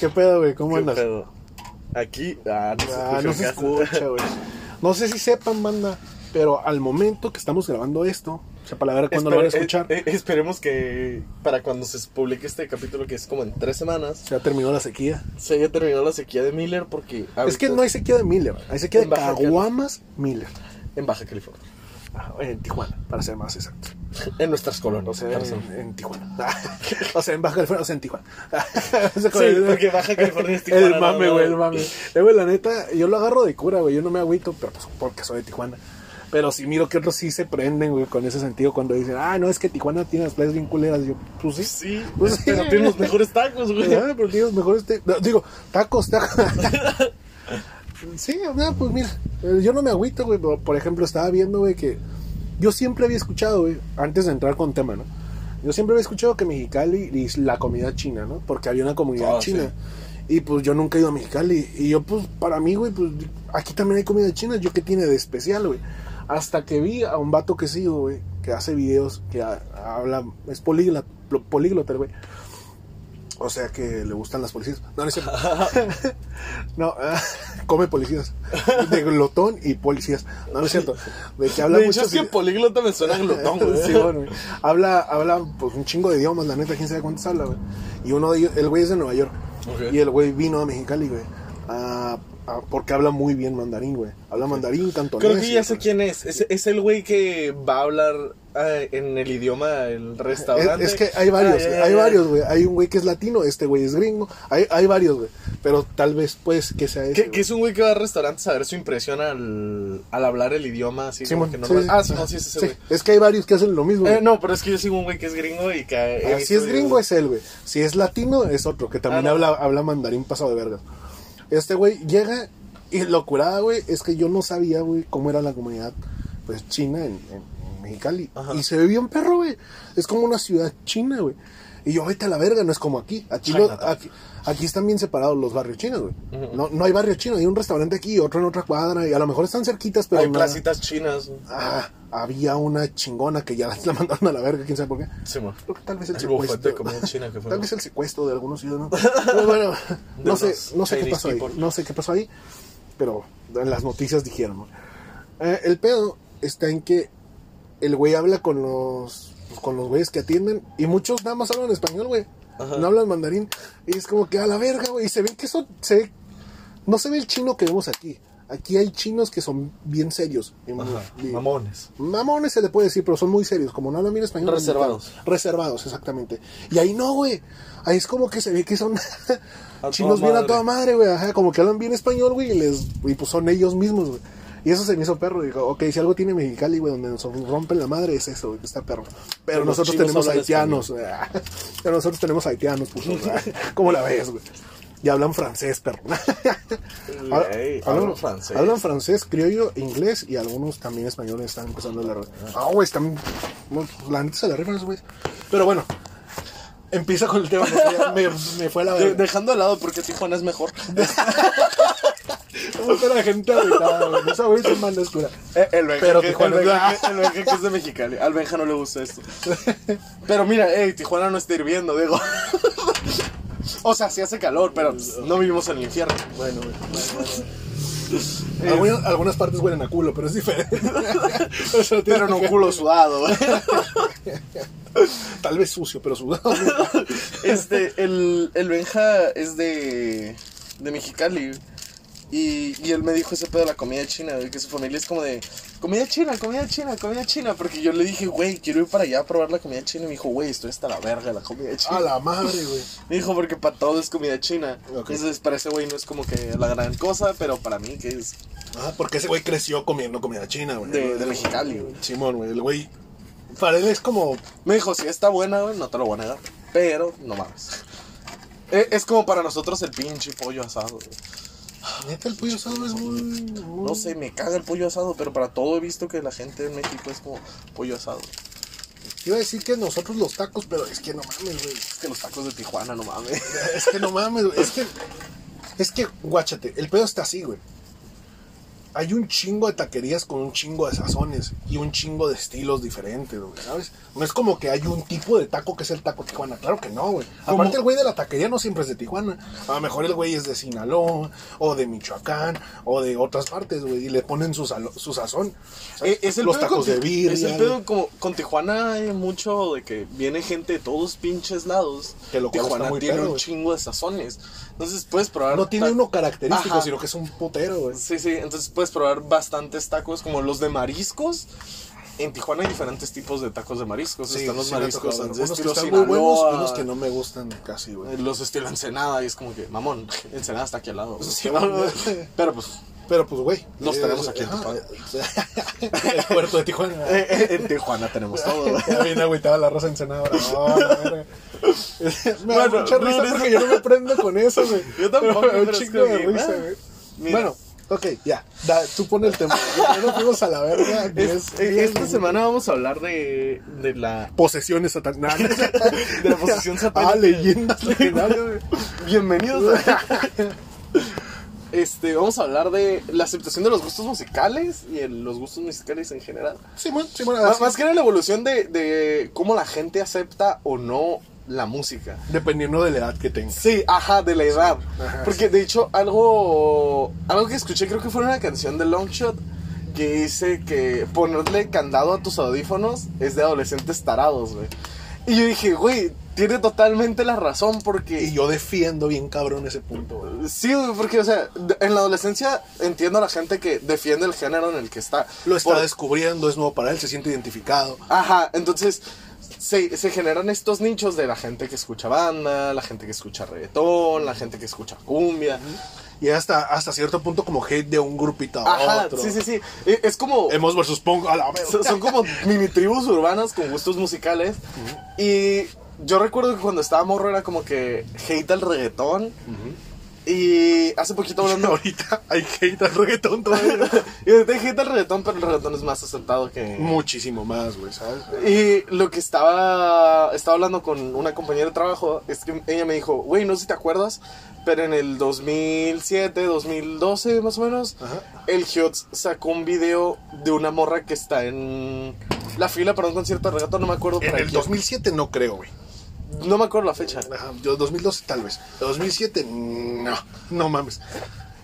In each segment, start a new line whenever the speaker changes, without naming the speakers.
¿Qué pedo, güey? ¿Cómo
¿Qué
andas?
pedo? Aquí, ah, no se
Ah,
escucha.
no
el
se
gas.
escucha, güey. No sé si sepan, banda, pero al momento que estamos grabando esto, o sea, para ver cuándo lo van a
Espere-
escuchar,
eh, eh, esperemos que para cuando se publique este capítulo, que es como en tres semanas,
se ha terminado la sequía.
se haya terminado la sequía de Miller porque...
Es
ahorita
que no hay sequía de Miller, hay sequía de
En Baja California.
Caguamas, Miller.
En Baja California.
Ah, En Tijuana, para ser más exacto.
En nuestras colonias.
O sea,
para ser-
en, en Tijuana. o sea, en Baja California, o sea, en Tijuana. sí,
Sí, porque Baja California es Tijuana,
El mame,
no, no.
güey, el mame. Eh, güey, la neta, yo lo agarro de cura, güey. Yo no me agüito, pero pues porque soy de Tijuana. Pero si miro que otros sí se prenden, güey, con ese sentido cuando dicen, ah, no, es que Tijuana tiene las playas bien culeras. Yo, pues sí.
Sí,
Pues sí.
pero tiene los mejores tacos, güey.
Ah, pero digo, mejor este. no, digo, tacos, tacos. sí, no, pues mira, eh, yo no me agüito, güey. pero, Por ejemplo, estaba viendo, güey, que yo siempre había escuchado, güey, antes de entrar con tema, ¿no? Yo siempre había escuchado que Mexicali y la comida china, ¿no? Porque había una comunidad
Ah, sí.
china. Y pues yo nunca he ido a Mexicali. Y yo, pues, para mí, güey, pues aquí también hay comida china. ¿Yo qué tiene de especial, güey? Hasta que vi a un vato que sigo, güey, que hace videos, que ha- habla, es políglota, políglota, el güey. O sea que le gustan las policías. No, no es cierto. no, ah, come policías. De glotón y policías. No, no es cierto. De que habla
De
mucho.
hecho, pues, es que
sí-
políglota me suena glotón, güey.
Sí, bueno, güey. habla, habla pues un chingo de idiomas, la neta, quién sabe cuántos habla, güey. Y uno de ellos, el güey es de Nueva York.
Ok.
Y el güey vino a Mexicali, güey. a- a- porque habla muy bien mandarín, güey. Habla mandarín, cantonés.
Creo que ya
y-
sé quién es. Es, es el güey que va a hablar eh, en el idioma del
Es,
restaurante.
es que hay varios,
Ah, ya,
güey,
ya,
hay
ya.
varios, güey. Hay un güey que es latino, este güey es gringo. Hay, hay varios, güey. Pero tal vez, pues, que sea ese.
Que, que
güey.
es un güey que va a restaurantes a ver su impresión al, al hablar el idioma. Así como
Simón,
que
sí,
normal.
sí.
Ah, Simón, sí, es ese
Sí,
güey.
es que hay varios que hacen lo mismo.
Eh,
güey.
no, pero es que yo sigo un güey que es gringo y que. he
Ah, si es
visto
gringo
videos.
es él, güey. Si es latino es otro, que también
Ah, no.
habla, habla mandarín pasado de verga. Este güey llega y lo curada, güey, es que yo no sabía, güey, cómo era la comunidad pues china en, en- en Mexicali.
Ajá.
Y se ve bien perro, güey. Es como una ciudad china, güey. Y yo, vete a la verga, no es como aquí. Aquí, lo-
Chinatown.
aquí, aquí están bien separados los barrios chinos, güey. no, no hay barrio chino, hay un restaurante aquí, otro en otra cuadra, y a lo mejor están cerquitas, pero
Hay
nada.
placitas chinas.
Ah, había una chingona que ya la, la mandaron a la verga, quién sabe por qué.
Simón.
Creo que tal vez el
El bufete de
secuestro.
comida china que fue.
Tal vez el secuestro de algunos ciudadanos. Pero bueno, no
De
sé,
los
no sé qué
Chinese
pasó ahí.
people.
No sé qué pasó ahí. Pero en las noticias dijeron. ¿no? Eh, el pedo está en que el güey habla con los pues, con los güeyes que atienden y muchos nada más hablan español, güey.
Ajá.
No hablan mandarín y es como que a la verga, güey, y se ve que eso se ve- no se ve el chino que vemos aquí. Aquí hay chinos que son bien serios. y-
Ajá,
y-
Mamones.
Mamones se le puede decir, pero son muy serios. Como no hablan bien español.
Reservados.
Reservados, exactamente. Y ahí no, güey. Ahí es como que se ve que son
toda
chinos bien a
madre.
toda madre, güey. Ajá, como que hablan bien español, güey. Y, les- y pues son ellos mismos, güey. Y eso se me hizo perro. Dijo, ok, si algo tiene Mexicali, güey, donde nos rompen la madre, es eso, güey, que está perro. Pero
Los
nosotros
chinos
tenemos
hablan
haitianos. güey. Pero nosotros tenemos haitianos, puto. güey. ¿Cómo la ves, güey? Y hablan francés, perro. Habla-
Güey, hablan francés.
Hablan francés, criollo, inglés y algunos también españoles están empezando a hablar. Ah, güey, están. no, La neta se la rifan esos güeyes. Pero bueno, empieza con el tema. porque ya me, me fue a la
De-
verga.
dejando de lado porque Tijuana es mejor.
Un montón de gente agitada, güey. Esos güeyes son manda oscura.
El Benja,
Pero
que,
Tijuana-
el Benja que- el Benja que Eh, es de Mexicali. Al Benja no le gusta esto. Pero mira, ey, Tijuana no está hirviendo, digo. O sea, sí hace calor, pero pues, no vivimos en el infierno.
Bueno, güey. Algunas, algunas partes huelen a culo, pero es diferente. O sea, tiene
Pero no
que-
culo sudado. güey.
Tal vez sucio, pero sudado.
Este, el, el Benja es de, de Mexicali. güey. Y, y él me dijo ese pedo de la comida china, güey, que su familia es como de comida china, comida china, comida china. Porque yo le dije, güey, quiero ir para allá a probar la comida china. Y me dijo, güey, estoy hasta la verga de la comida china.
A la madre, güey.
Me dijo, porque para todo es comida china.
Ah. Ok.
Entonces, para ese güey no es como que la gran cosa, pero para mí que es
Ah, porque ese güey creció comiendo comida china, güey.
de, de Mexicali, güey.
Simón, güey, el güey. Para él es como.
Me dijo, si está buena, güey, no te lo voy a negar. Pero, no mames. E- Es como para nosotros el pinche pollo asado. güey.
"Ah, Neta, el pollo asado es muy. muy-
No sé, me caga el pollo asado, pero para todo he visto que la gente en México es como pollo asado.
Iba a decir que nosotros los tacos, pero es que no mames, güey.
Es que los tacos de Tijuana, no mames.
Es que no mames, güey. Es que. Es que, guáchate, el pedo está así, güey. hay un chingo de taquerías con un chingo de sazones y un chingo de estilos diferentes, güey, ¿sabes? No es como que hay un tipo de taco que es el taco Tijuana, claro que no, güey.
¿Cómo?
Aparte el güey de la taquería no siempre es de Tijuana, a lo mejor el güey es de Sinaloa o de Michoacán o de otras partes, güey, y le ponen su, salo- su sazón. ¿sabes?
Eh, Es el
Los
pedo
tacos
con
de
Ti-
birria,
Es el
güey.
pedo como- con Tijuana hay mucho de que viene gente de todos pinches lados.
Que lo cual
Tijuana
está muy
tiene
pedo,
un
güey.
chingo de sazones. Entonces puedes probar.
No tiene
ta-
uno característico,
Ajá.
sino que es un putero, güey.
Sí, sí, entonces puedes probar bastantes tacos como los de mariscos. En Tijuana hay diferentes tipos de tacos de mariscos.
Sí,
están Pues los
sí me ha
mariscos
tocado ver.
de
Unos que
estilo
están muy buenos
Sinaloa,
y unos que no me gustan casi, güey.
eh, Los estilo Ensenada y es como que, mamón, Ensenada está aquí al lado.
Sí,
güey.
mamón.
Pero pues,
Pero pues, güey.
Los
eh,
tenemos aquí en
ajá,
Tijuana.
o sea, El puerto de Tijuana.
eh, eh, en Tijuana tenemos todo. güey.
Ya bien agüitada la raza encenada. No, la verga. me da
Bueno,
mucha risa
regreso.
porque yo no me prendo con eso, güey.
Yo tampoco,
Pero me da un
pero es
chingo
que,
de
güey,
risa,
ah,
güey.
mira.
Bueno, ok, ya. Da, tú pone el tema. Ya nos fuimos a la verga.
Es-
diez-
eh,
diez
esta
minutos.
semana vamos a hablar de, de la
Posesiones satánicas.
de la posición satánica.
Ah, leyendas legendarias, güey.
Bienvenidos. a- este, vamos a hablar de la aceptación de los gustos musicales y el- los gustos musicales en general.
Simón, Simón,
Más,
así-
más que nada la evolución de, de cómo la gente acepta o no la música.
Dependiendo de la edad que tengas.
Sí, ajá, de la edad.
Ajá.
Porque de hecho, algo, algo que escuché, creo que fue en una canción de Longshot, que dice que ponerle candado a tus audífonos es de adolescentes tarados, güey. Y yo dije, güey, tiene totalmente la razón, porque.
Y yo defiendo bien cabrón ese punto, güey.
Sí, güey, porque, o sea, de- en la adolescencia entiendo a la gente que defiende el género en el que está.
Lo está
Por-
descubriendo, es nuevo para él, se siente identificado.
Ajá, entonces se, se generan estos nichos de la gente que escucha banda, la gente que escucha reggaetón, la gente que escucha cumbia.
Y hasta, hasta cierto punto como hate de un grupito a
Ajá,
otro. Em,
sí, sí, sí. E- Es como...
Hemos versus Punk a la vez.
son, son como mini tribus urbanas con gustos musicales. Y yo recuerdo que cuando estaba morro era como que hate al reggaetón. Y hace poquito hablando...
Ahorita hay hate al reggaetón todavía.
y ahorita hay hate al reggaetón, pero el reggaetón es más aceptado que...
Muchísimo más, güey, ¿sabes?
Y lo que estaba, estaba hablando con una compañera de trabajo es que ella me dijo, güey, no sé si te acuerdas, pero en el 2007, 2012 más o menos,
Ajá.
el Hiots sacó un video de una morra que está en la fila para un concierto de reggaetón, no me acuerdo.
En
para
el
quién.
2007 no creo, güey.
No me acuerdo la fecha.
Ajá, Yo 2012 tal vez. 2007 no, no mames.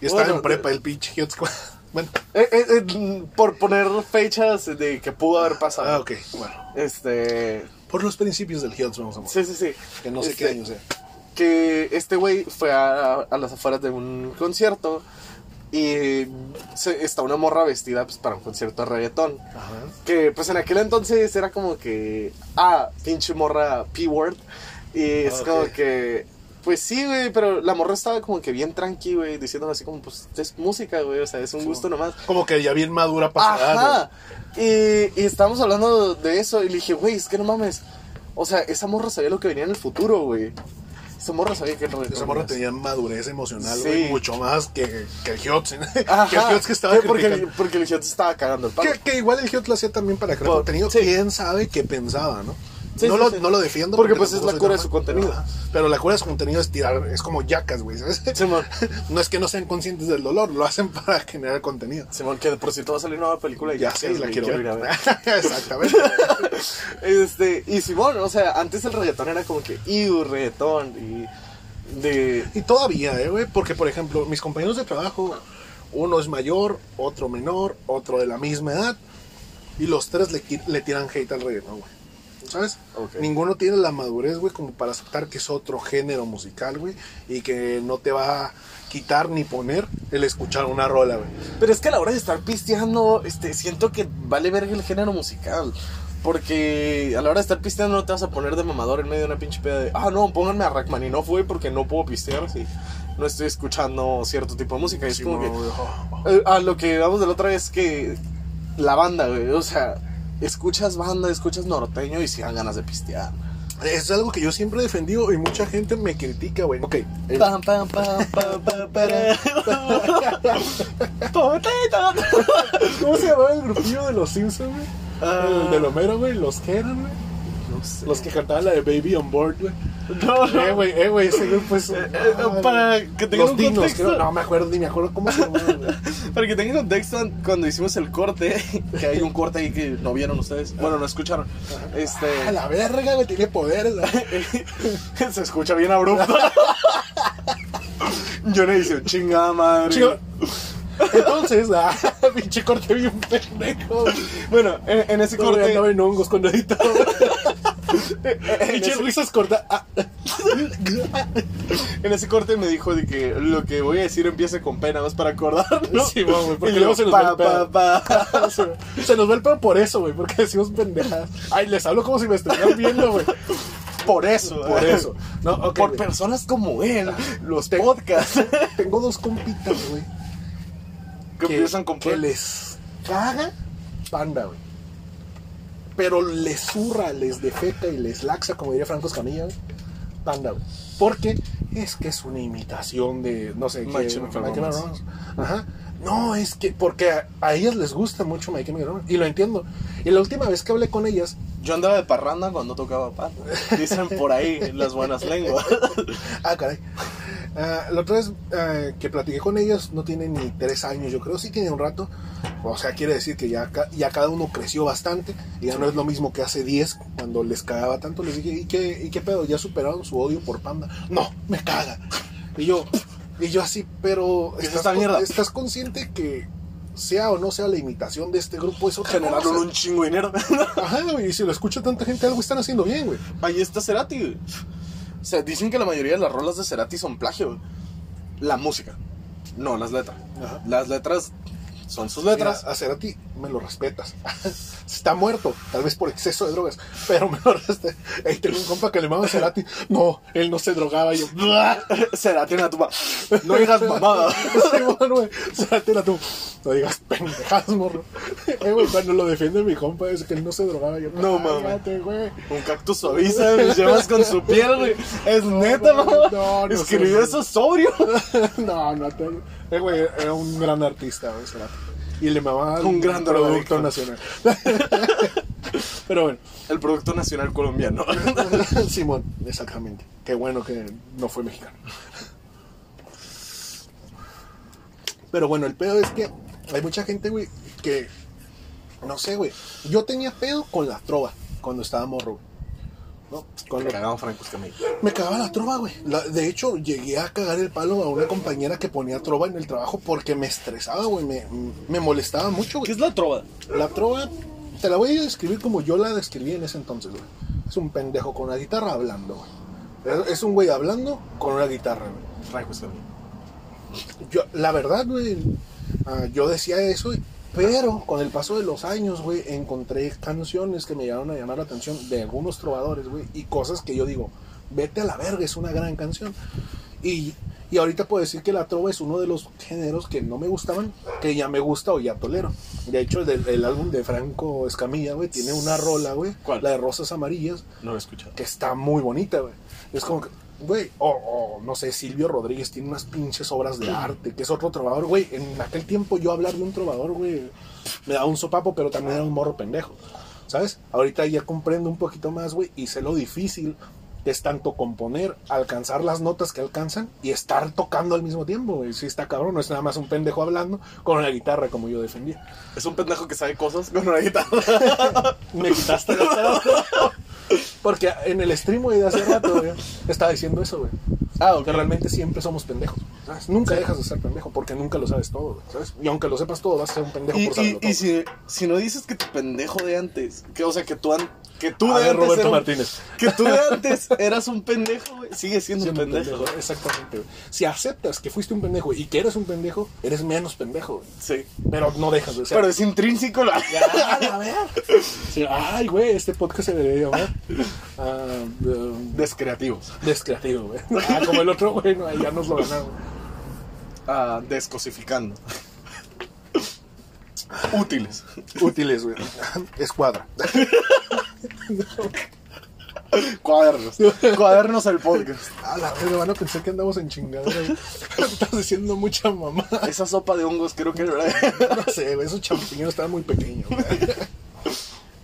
Y estaba
Bueno,
en prepa el pinche Hughes. Bueno,
Eh, eh, eh, por poner fechas de que pudo haber pasado.
ah, ok, bueno.
Este...
Por los principios del Hughes vamos a morir.
Sí, sí, sí.
Que no sé
Este,
qué año sea.
que este güey fue a, a las afueras de un concierto y se- está una morra vestida pues, para un concierto de reggaetón.
Ajá.
Que pues en aquel entonces era como que, ah, pinche morra P-word. Y es
Ah, ok.
como que, pues sí, güey, pero la morra estaba como que bien tranqui, güey, diciéndole así como, pues es música, güey, o sea, es un gusto nomás.
Como que ya bien madura pasada. güey.
Ajá. Y, y estábamos hablando de eso y le dije, güey, es que no mames. O sea, esa morra sabía lo que venía en el futuro, güey. Esa morra sabía que no
Esa morra tenía madurez emocional,
Sí.
güey, mucho más que, que el Hiots. que
Ajá.
el Hiots que estaba
Sí, porque, el,
criticando.
porque el idiota estaba cagando el palo.
Que, que igual el Hiots lo hacía también para crear
Por-
contenido.
sí.
¿Quién sabe qué pensaba, no?
Sí,
no,
sí,
lo,
sí.
no lo defiendo.
Porque, pues, es
tampoco
la
soy
cura de
normal.
su contenido.
Ajá. Pero la cura de su contenido es tirar, es como yacas, güey, ¿sabes?
Simón.
no es que no sean conscientes del dolor, lo hacen para generar contenido.
Simón, que por cierto va a salir nueva película y
Ya sé, la
güey,
quiero,
ir a
ver.
ver.
Exactamente.
Este, y Simón, o sea, antes el reggaetón era como que, iu, reggaetón, y de...
Y todavía, ¿eh, güey? Porque, por ejemplo, mis compañeros de trabajo, uno es mayor, otro menor, otro de la misma edad, y los tres le, qui- le tiran hate al reggaetón, güey. ¿Sabes?
Ok.
Ninguno tiene la madurez, güey, como para aceptar que es otro género musical, güey, y que no te va a quitar ni poner el escuchar una rola, güey.
Pero es que a la hora de estar pisteando, este, siento que vale verga el género musical. Porque a la hora de estar pisteando no te vas a poner de mamador en medio de una pinche peda de, ah, no, pónganme a Rachmaninoff, güey, porque no puedo pistear si no estoy escuchando cierto tipo de música. Y es como que,
Simón, güey.
eh, a lo que vamos de la otra vez que la banda, güey, o sea, escuchas banda, escuchas norteño y si dan ganas de pistear.
Es algo que yo siempre he defendido y mucha gente me critica, güey. Ok, el-
Pam, pam, pam, pam, pam, para. Potato.
¿Cómo se llamaba el grupillo de los Simpsons, güey?
Ah.
El del Homero, güey. Los que eran, güey.
No sé.
Los que cantaban la de Baby on Board, güey.
No, no.
Eh, güey, eh, güey, ese grupo es.
Eh, eh, para que tengan
Los
un
dinos,
contexto.
creo. No me acuerdo, ni me acuerdo cómo se llamaban, güey.
Para que tengan contexto, cuando hicimos el corte, que hay un corte ahí que no vieron ustedes, bueno, no escucharon. Este.
A la verga, güey, tiene poderes. la-
Se escucha bien abrupto. Yo le dije, chingada madre.
Chico, Entonces, ah, pinche corte bien pendejo. güey.
Bueno, en, en ese
Todavía
corte.
andaba en hongos cuando editaba.
en,
Pinches
ese,
risas cortas. Ah.
en ese corte me dijo de que lo que voy a decir empieza con P, nada más para acordarlo.
Sí, vamos, güey, porque
Y
luego
luego
se nos va el
pa,
pedo.
pa, pa.
Se- Se nos va el pedo por eso, güey, porque decimos pendejadas. Ay, les hablo como si me estuvieran viendo, güey.
Por eso,
Por
eh.
eso. No, ok, Ah.
por
güey.
personas como él, los
Te-
podcasts
Tengo dos compitas, güey.
que empiezan con
que
P.
les caga panda, güey. Pero les zurra, les defeca y les laxa, como diría Franco Escamilla, güey, panda, güey. Porque es que es una imitación de, no sé, qué-
My Chemical Romance.
Romance. Ajá. No, es que, porque a, a ellas les gusta mucho My Chemical Romance, Y lo entiendo. Y la última vez que hablé con ellas,
Yo andaba de parranda cuando tocaba pan. Dicen por ahí las buenas lenguas.
Ah, caray. Ah, la otra vez ah, que platiqué con ellos no tiene ni tres años, yo creo, sí tiene un rato. O sea, quiere decir que ya, ca- ya cada uno creció bastante y ya no es lo mismo que hace 10 cuando les cagaba tanto. Les dije, ¿y qué, y qué pedo? ¿Ya superaron su odio por Panda? No, me caga. Y yo, y yo así, pero
es esta mierda?
¿estás consciente que sea o no sea la imitación de este grupo? Eso
Generaron un chingo de dinero.
Ajá, güey, y si lo escucha tanta gente, algo están haciendo bien, güey.
Ahí está Cerati. güey. O sea, dicen que la mayoría de las rolas de Cerati son plagio. güey. La música. No, las letras.
Ajá.
Las letras son sus letras.
Mira, a Cerati me lo respetas. Está muerto, tal vez por exceso de drogas, pero me lo respetas. Ey, tengo un compa que le mama a Cerati. No, él no se drogaba. y Yo,
ah. Cerati en la tumba. No digas mamada.
Sí, bueno, güey. Cerati era tú. No digas pendejadas, morro. Eh, güey, cuando lo defiende mi compa es que él no se drogaba. Yo,
No, mames.
cállate, güey.
Un cactus suaviza, güey, llevas con su piel, güey. Es neta,
no,
mamá.
no, no
Escribió
sé.
eso sobrio.
No, no te. Eh, güey, era un gran artista, güey, Cerati. Y le mamaba al
Un gran drogadicto.
producto nacional. pero bueno.
El Producto Nacional Colombiano.
Simón, exactamente. Qué bueno que no fue mexicano. Pero bueno, el pedo es que hay mucha gente, güey, que no sé, güey. Yo tenía pedo con la trova cuando estaba morro. güey. ¿No? Cuando-
Cagado Franco Escamilla.
me cagaba la trova, güey. La- de hecho, llegué a cagar el palo a una compañera que ponía trova en el trabajo porque me estresaba, güey. Me, me molestaba mucho, güey.
¿Qué es la trova?
La trova, te la voy a describir como yo la describí en ese entonces, güey. Es un pendejo con una guitarra hablando, güey. Es- Es un güey hablando con una guitarra, güey.
Franco Escamilla.
Yo, la verdad, güey, ah, yo decía eso, pero con el paso de los años, güey, encontré canciones que me llegaron a llamar la atención de algunos trovadores, güey, y cosas que yo digo, vete a la verga, es una gran canción. Y, y ahorita puedo decir que la trova es uno de los géneros que no me gustaban, que ya me gusta o ya tolero. De hecho, el, el álbum de Franco Escamilla, güey, tiene una rola, güey,
¿Cuál?
la de Rosas Amarillas,
No lo he escuchado.
que está muy bonita, güey. Es como que, güey, o o, no sé, Silvio Rodríguez tiene unas pinches obras de arte, que es otro trovador, güey. En aquel tiempo yo hablar de un trovador, güey, me daba un sopapo, pero también era un morro pendejo, ¿sabes? Ahorita ya comprendo un poquito más, güey, y sé lo difícil que es tanto componer, alcanzar las notas que alcanzan y estar tocando al mismo tiempo, güey. Si está cabrón, no es nada más un pendejo hablando con una guitarra como yo defendía.
Es un pendejo que sabe cosas con una guitarra.
Me quitaste la cara. Porque en el stream, güey, de hace rato, güey, estaba diciendo eso, güey.
Ah,
Que realmente siempre somos pendejos. ¿sabes? Nunca dejas de ser pendejo porque nunca lo sabes todo, güey, ¿sabes? Y aunque lo sepas todo, vas a ser un pendejo
Y,
por
y-
saberlo todo.
y si, si no dices que tu pendejo de antes, que, o sea, que tú, an- que tú
A
de
ver,
antes.
Roberto
era un-
Martínez.
Que tú de antes eras un pendejo, güey. Sigue siendo
Siendo
un pendejo.
Exactamente, güey. Si aceptas que fuiste un pendejo y que eres un pendejo, eres menos pendejo, güey.
Sí.
Pero no dejas de ser.
Pero es intrínseco la.
Ya, a ver. Sí, ay, güey, este podcast se debería llamar. ah, um,
Descreativos.
descreativo, güey. Ah, como el otro, güey, no, ya nos lo ganaron.
Ah, descosificando. Útiles.
útiles, güey. Escuadra.
Cuadernos. Cuadernos al podcast.
A la verga, van a pensar que andamos en chingada, güey. Estás diciendo mucha mamá.
Esa sopa de hongos creo que era.
No sé, güey, esos champiñones estaban muy pequeños, güey.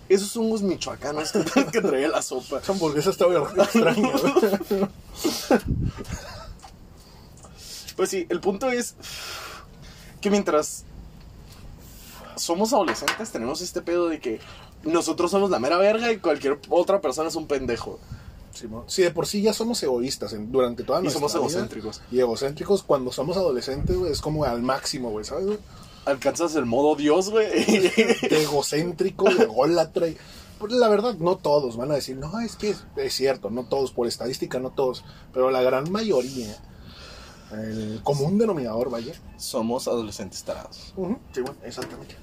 esos hongos michoacanos que, que traía la sopa.
Esa hamburguesa está bien extraña. güey.
Pues sí, el punto es que mientras somos adolescentes tenemos este pedo de que nosotros somos la mera verga y cualquier otra persona es un pendejo.
Simón. Si de por sí ya somos egoístas en- durante toda
Y
nuestra
somos
vida,
egocéntricos.
Y egocéntricos cuando somos adolescentes, güey, es como al máximo, güey, ¿sabes? güey?
Alcanzas el modo Dios, güey.
egocéntrico, ególatra. y- Pues, La verdad, no todos van a decir, no, es que es, es cierto, no todos, por estadística, no todos, pero la gran mayoría, el común denominador, vaya.
somos adolescentes tarados.
Sí, bueno, exactamente.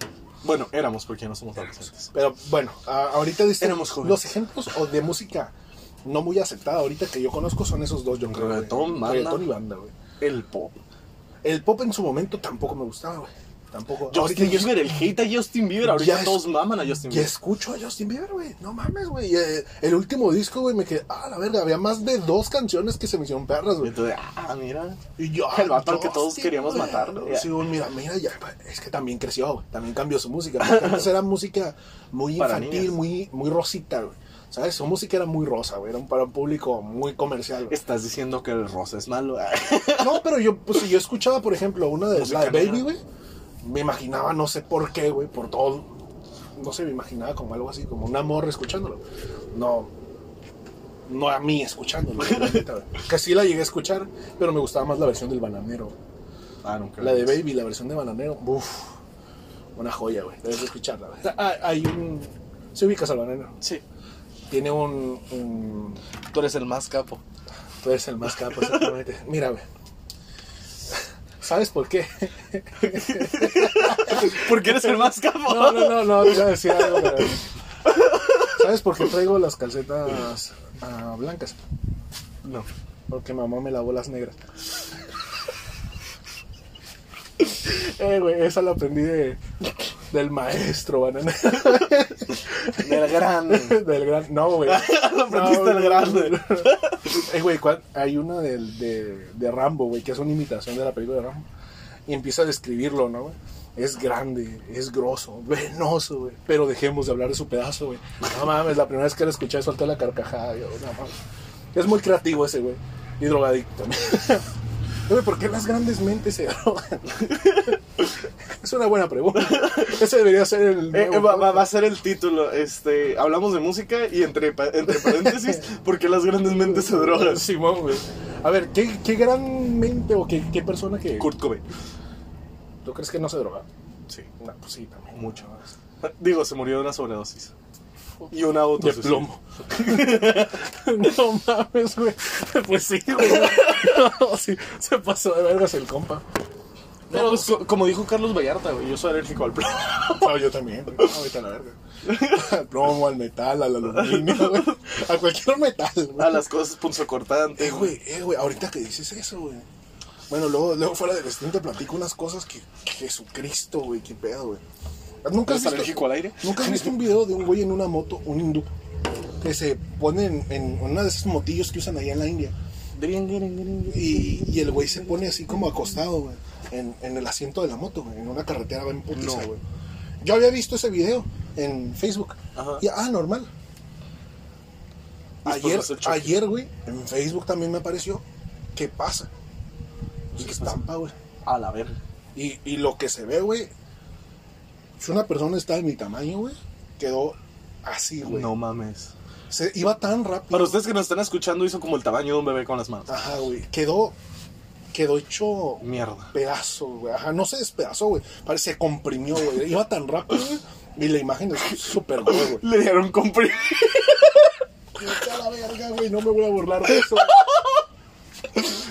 Bueno, éramos porque ya no somos adolescentes.
Pero bueno, a- ahorita diste
Éramos jóvenes.
los ejemplos o de música no muy aceptada ahorita que yo conozco son esos dos, yo creo. güey.
Reggaetón, banda.
Reggaetón y banda, güey.
El pop.
El pop en su momento tampoco me gustaba, güey. Tampoco.
Justin
yo-
Bieber, el hate a Justin Bieber.
Ya
Ahorita
es-
todos maman a Justin
Y
Bieber.
escucho a Justin Bieber, güey. No mames, güey. Y, eh, el último disco, güey, me quedé. Ah, la verga. Había más de dos canciones que se me hicieron perras,
Y
güey.
Entonces, ah, mira.
Y yo.
El
ah,
vato al que todos
Justin,
queríamos
güey.
matarlo,
Sí, güey, mira, mira, ya. Es que también creció, güey. También cambió su música. Porque antes era música muy
Para
infantil,
niñas.
muy, muy rosita, güey. ¿Sabes? Su música era muy rosa, güey. Era un- para un público muy comercial, güey.
Estás diciendo que el rosa es malo.
No, pero yo, pues, si yo escuchaba, por ejemplo, una de
Música
la de Baby,
negra.
güey, me imaginaba, no sé por qué, güey, por todo. No sé, me imaginaba como algo así, como un amor escuchándolo. No, no a mí escuchándolo. la neta, güey. que sí la llegué a escuchar, pero me gustaba más la versión del bananero.
Ah, nunca.
La de Baby, la versión de bananero, uff, una joya, güey, debes de escucharla. güey. Ah, hay un. Si ubicas al bananero,
Sí.
tiene un. un
Tú eres el más capo.
Tú eres el más capo, exactamente. Mira, güey. ¿Sabes por qué?
Porque eres el más capo.
No, no, no, no, te iba a decir algo, pero- ¿Sabes por qué traigo las calcetas ah, blancas?
No.
Porque mamá me lavó las negras. Eh, güey, esa la aprendí de, del maestro, banana.
Del grande.
Del gran. No, güey.
Lo aprendiste del grande.
Eh, güey, ¿cuál? hay una del- de, de Rambo, güey, que es una imitación de la película de Rambo. Y empieza a describirlo, ¿no, güey? Es grande, es grosso, venoso, güey. Pero dejemos de hablar de su pedazo, güey. No mames, la primera vez que lo escuché solté la carcajada. Yo, no mames. Es muy creativo ese, güey. Y drogadicto también. Güey, ¿por qué las grandes mentes se drogan? es una buena pregunta. Ese debería ser el.
Eh, eh,
nuevo
va, va- va a
podcast.
ser el título. Este, hablamos de música y entre, pa- entre paréntesis, porque las grandes mentes se drogan.
Simón, güey. A ver, ¿qué, qué gran mente o qué, qué persona que.
Kurt Cobain.
¿Tú crees que no se droga?
Sí.
No, pues sí, también.
Mucho más. Digo, se murió de una sobredosis. Y una
De
autosuicidio.
plomo. no mames, güey. Pues sí, güey. No, sí, se pasó de vergas el compa.
Pero pues, co- como dijo Carlos Vallarta, güey, yo soy alérgico al plomo.
No, yo también, güey. No, vete a la verga. Al plomo, al metal, al aluminio, güey. A cualquier metal, güey.
A las cosas punzocortantes.
Eh, güey, eh, güey, ahorita que dices eso, güey. Bueno, luego, luego fuera del stream te platico unas cosas que Jesucristo, güey, qué pedo, güey. Nunca has
¿Estás
visto-
alérgico al aire?
¿Nunca has visto un video de un güey en una moto, un hindú, que se pone en, en una de esas motillos que usan allá en la India? Y, y el güey se pone así como acostado, güey, en, en el asiento de la moto, güey, en una carretera, va en putiza,
No.
güey. Yo había visto ese video en Facebook.
Ajá.
Y, ah, normal.
Después
Ayer,
hace el choque.
ayer, güey, en Facebook también me apareció qué pasa.
Pues,
Y que estampa, güey.
A la verga.
Y, y lo que se ve, güey, si una persona está de mi tamaño, güey, quedó así, güey.
No mames.
Se iba tan rápido.
Para ustedes que nos están escuchando, hizo como el tamaño de un bebé con las manos.
Ajá, güey. Quedó, quedó hecho
Mierda.
pedazo, güey. Ajá, no se despedazó, güey. Parece se comprimió, güey. Iba tan rápido, güey. Y la imagen es súper buena, güey.
Le dieron comprimir.
Vete a la verga, güey. No me voy a burlar de eso.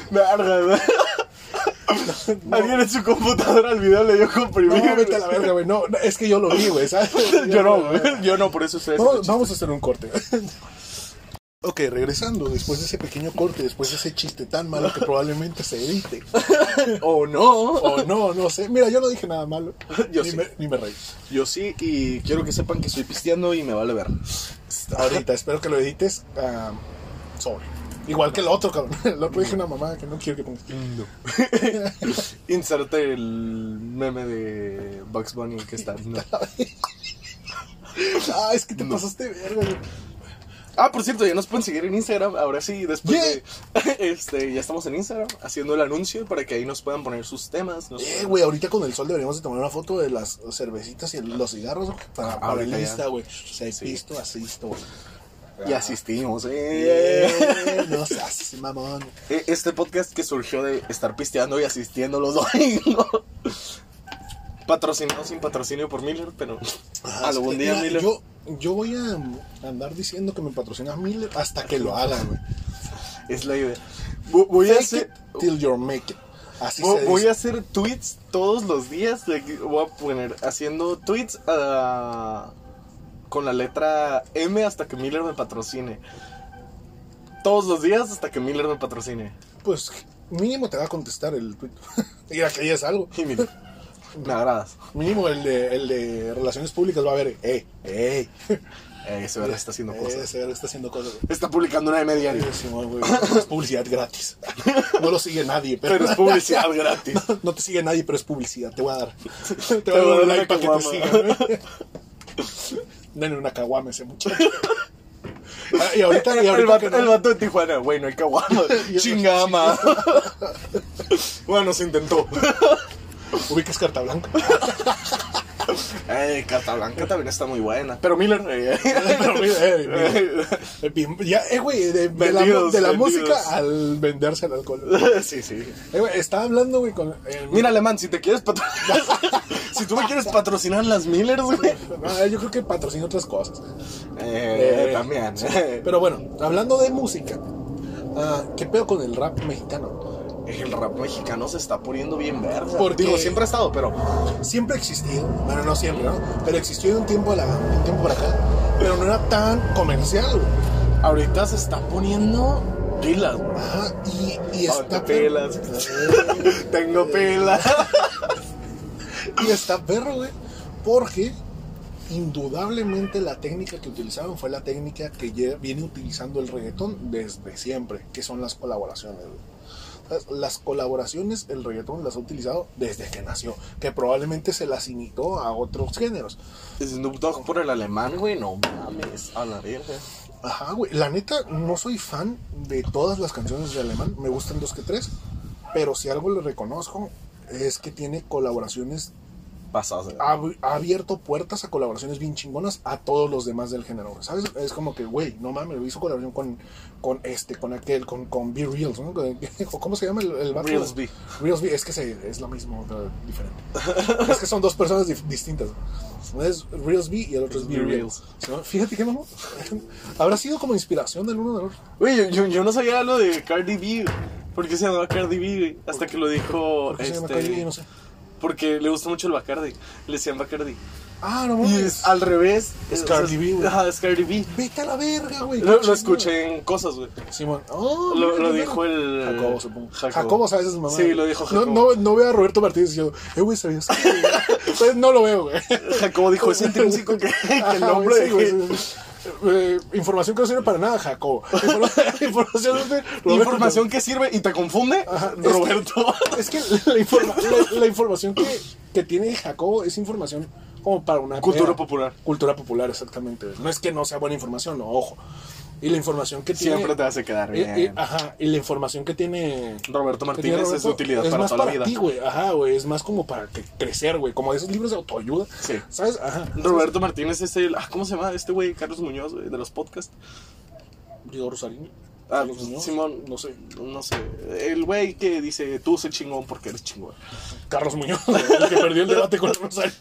Verga, güey. Alguien en su computadora al video le dio comprimir.
No, vete a la verga, güey. No, no, es que yo lo vi, güey, ¿sabes?
Yo no, güey. Yo no, por eso ustedes.
Vamos, vamos a hacer un corte. Ok, regresando, después de ese pequeño corte, después de ese chiste tan malo que probablemente se edite.
O no.
O no, no sé. Mira, yo no dije nada malo.
Yo
ni,
sí.
me, ni me reí.
Yo sí, y quiero que sepan que estoy pisteando y me vale ver.
Ahorita, espero que lo edites. ah, sobre. Igual que el otro, cabrón. El otro dije una mamá que no quiero que pongas.
Inserte el meme de Bugs Bunny que está. No.
Ah, es que te pasaste verga, güey.
Ah, por cierto, ya nos pueden seguir en Instagram. Ahora sí, después
Yeah.
de. Este, ya estamos en Instagram haciendo el anuncio para que ahí nos puedan poner sus temas. nos
Eh,
puedan-
güey, ahorita con el sol deberíamos de tomar una foto de las cervecitas y el- los cigarros güey, para, para el
ahorita ya.
Insta, güey. Se pisto, asisto, güey.
y asistimos, eh.
Eh, No seas mamón.
Eh, Este podcast que surgió de estar pisteando y asistiendo los domingos. Patrocinado sin patrocinio por Miller, pero
Ajá,
Ah, algún
es que,
día
mira,
Miller.
Yo, yo voy a andar diciendo que me patrocinas Miller hasta que lo hagan, güey.
Es la idea. Vo- Voy a
Fake
hacer.
it till you make it. Así
vo-
se
Voy
dice.
a hacer tweets todos los días. de que- Voy a poner haciendo tweets ah, con la letra M hasta que Miller me patrocine. Todos los días hasta que Miller me patrocine.
Pues mínimo te va a contestar el tweet. Mira que ya es algo.
Y Miller, me agradas.
Mínimo el de, el de relaciones públicas va a ver, eh, eh.
Eh, ese verga está haciendo
Eh,
cosas.
ese verga está haciendo cosas.
Está publicando una M diario.
Sí, Simón, güey, es publicidad gratis. No lo sigue nadie, pero,
Pero es publicidad gratis.
No, no te sigue nadie, pero es publicidad. Te voy a dar. Te,
Te
voy a dar un like
una
para que te
caguama.
sigan. güey. Denle una caguame ese muchacho. Ah, Y ahorita, y
El
ahorita
vato,
que no-
el vato de Tijuana, güey, no hay caguama. Chingama. bueno, se intentó.
ubicas carta blanca.
Eh, Carta Blanca también está muy buena. Pero Miller. eh,
Pero, güey, eh, bien, Ya, eh, güey, de, de la, mu- de la
Vendidos, vendidos.
música al venderse el alcohol.
sí, sí.
Eh, güey, estaba hablando, güey, con. eh, el-
Mira, Alemán, si te quieres patrocinar. si tú me quieres patrocinar las Millers, güey.
Ah, yo creo que patrocina otras cosas.
Eh,
Eh,
también.
sí.
eh.
Pero bueno, hablando de música, ah, ¿qué pedo con el rap mexicano?
El rap mexicano se está poniendo bien verde.
Porque-
Digo, siempre ha estado, pero.
Siempre ha existido, bueno, no siempre, ¿no? Pero existió de un tiempo, a la, de un tiempo para acá, pero no era tan comercial, güey.
Ahorita se está poniendo pilas, güey.
Ajá, y, y
Ponte
está.
pilas.
Eh,
Tengo pilas.
Y está perro, güey. Porque indudablemente la técnica que utilizaron fue la técnica que lle- viene utilizando el reggaetón desde siempre, que son las colaboraciones, güey. Las- Las colaboraciones, el reggaetón las ha utilizado desde que nació, que probablemente se las imitó a otros géneros.
Snoop Dogg por el alemán, güey, no mames, a la verga.
Ajá, güey. La neta, no soy fan de todas las canciones de Alemán. Me gustan dos que tres. Pero si algo le reconozco es que tiene colaboraciones
Pasado. de-
ha, ha abierto puertas a colaboraciones bien chingonas a todos los demás del género, güey, ¿sabes? Es como que, güey, no mames, hizo colaboración con, con este, con aquel, con, con Be Reals, ¿no? Con- o ¿Cómo se llama el, el vato?
Reels B.
Reels B, es que se- es lo mismo, pero diferente. es que son dos personas dif- distintas. Uno es Reels B y el otro es Be
Be Reals.
Reals. ¿no? Fíjate que, mamón, habrá sido como inspiración del uno del otro.
Güey, yo, yo, yo no sabía lo de Cardi B. ¿Por qué se llamaba Cardi B, güey? Hasta que lo dijo.
Porque se llama
este,
Kylie, no sé.
Porque le gusta mucho el Bacardi. Le decían Bacardi.
Ah, no
Y
mames.
es al revés.
Es
eh,
Cardi B, güey.
Ajá, es Cardi B.
Vete a la verga, güey.
Lo,
qué
lo
chingón.
escuché en cosas, güey.
Simón. Oh,
Lo,
mira,
lo
qué
dijo
bueno.
el.
Jacobo, supongo. Jacobo,
Eh, Jacobo.
¿sabes? Es mamá.
Sí, lo dijo Jacobo.
No, no, no veo a Roberto Martínez diciendo, eh, güey, ¿sabías? que-" pues no lo veo, güey.
Jacobo dijo: Es intrínseco que, que el
Ajá,
nombre
güey, sí, güey,
de-
sí, sí. Eh, información que no sirve para nada, Jacobo. Informa- información de Roberto-
Información que sirve y te confunde,
Ajá, es que-
Roberto.
Es que la, informa- la- la información que, que tiene Jacobo es información como para una
Cultura
peda.
popular.
Cultura popular, exactamente. güey. No es que no sea buena información, no, ojo. Y la información que tiene.
Siempre te hace quedar
Y-
bien.
y- ajá, y la información que tiene
Roberto
que tiene
Martínez es de
Roberto
utilidad
es
para
más
toda la
para
vida.
ti, güey. Ajá, güey, es más como para que crecer, güey, como de esos libros de autoayuda.
Sí.
¿Sabes? Ajá.
Roberto Martínez es el. ah, ¿Cómo se llama este güey? Carlos Muñoz, güey, de los podcasts.
Diego Rosarín.
Ah,
Carlos Muñoz,
Simón,
no sé.
No sé. El güey que dice, tú soy chingón porque eres chingón.
Carlos Muñoz, el que perdió el debate con Rosarín.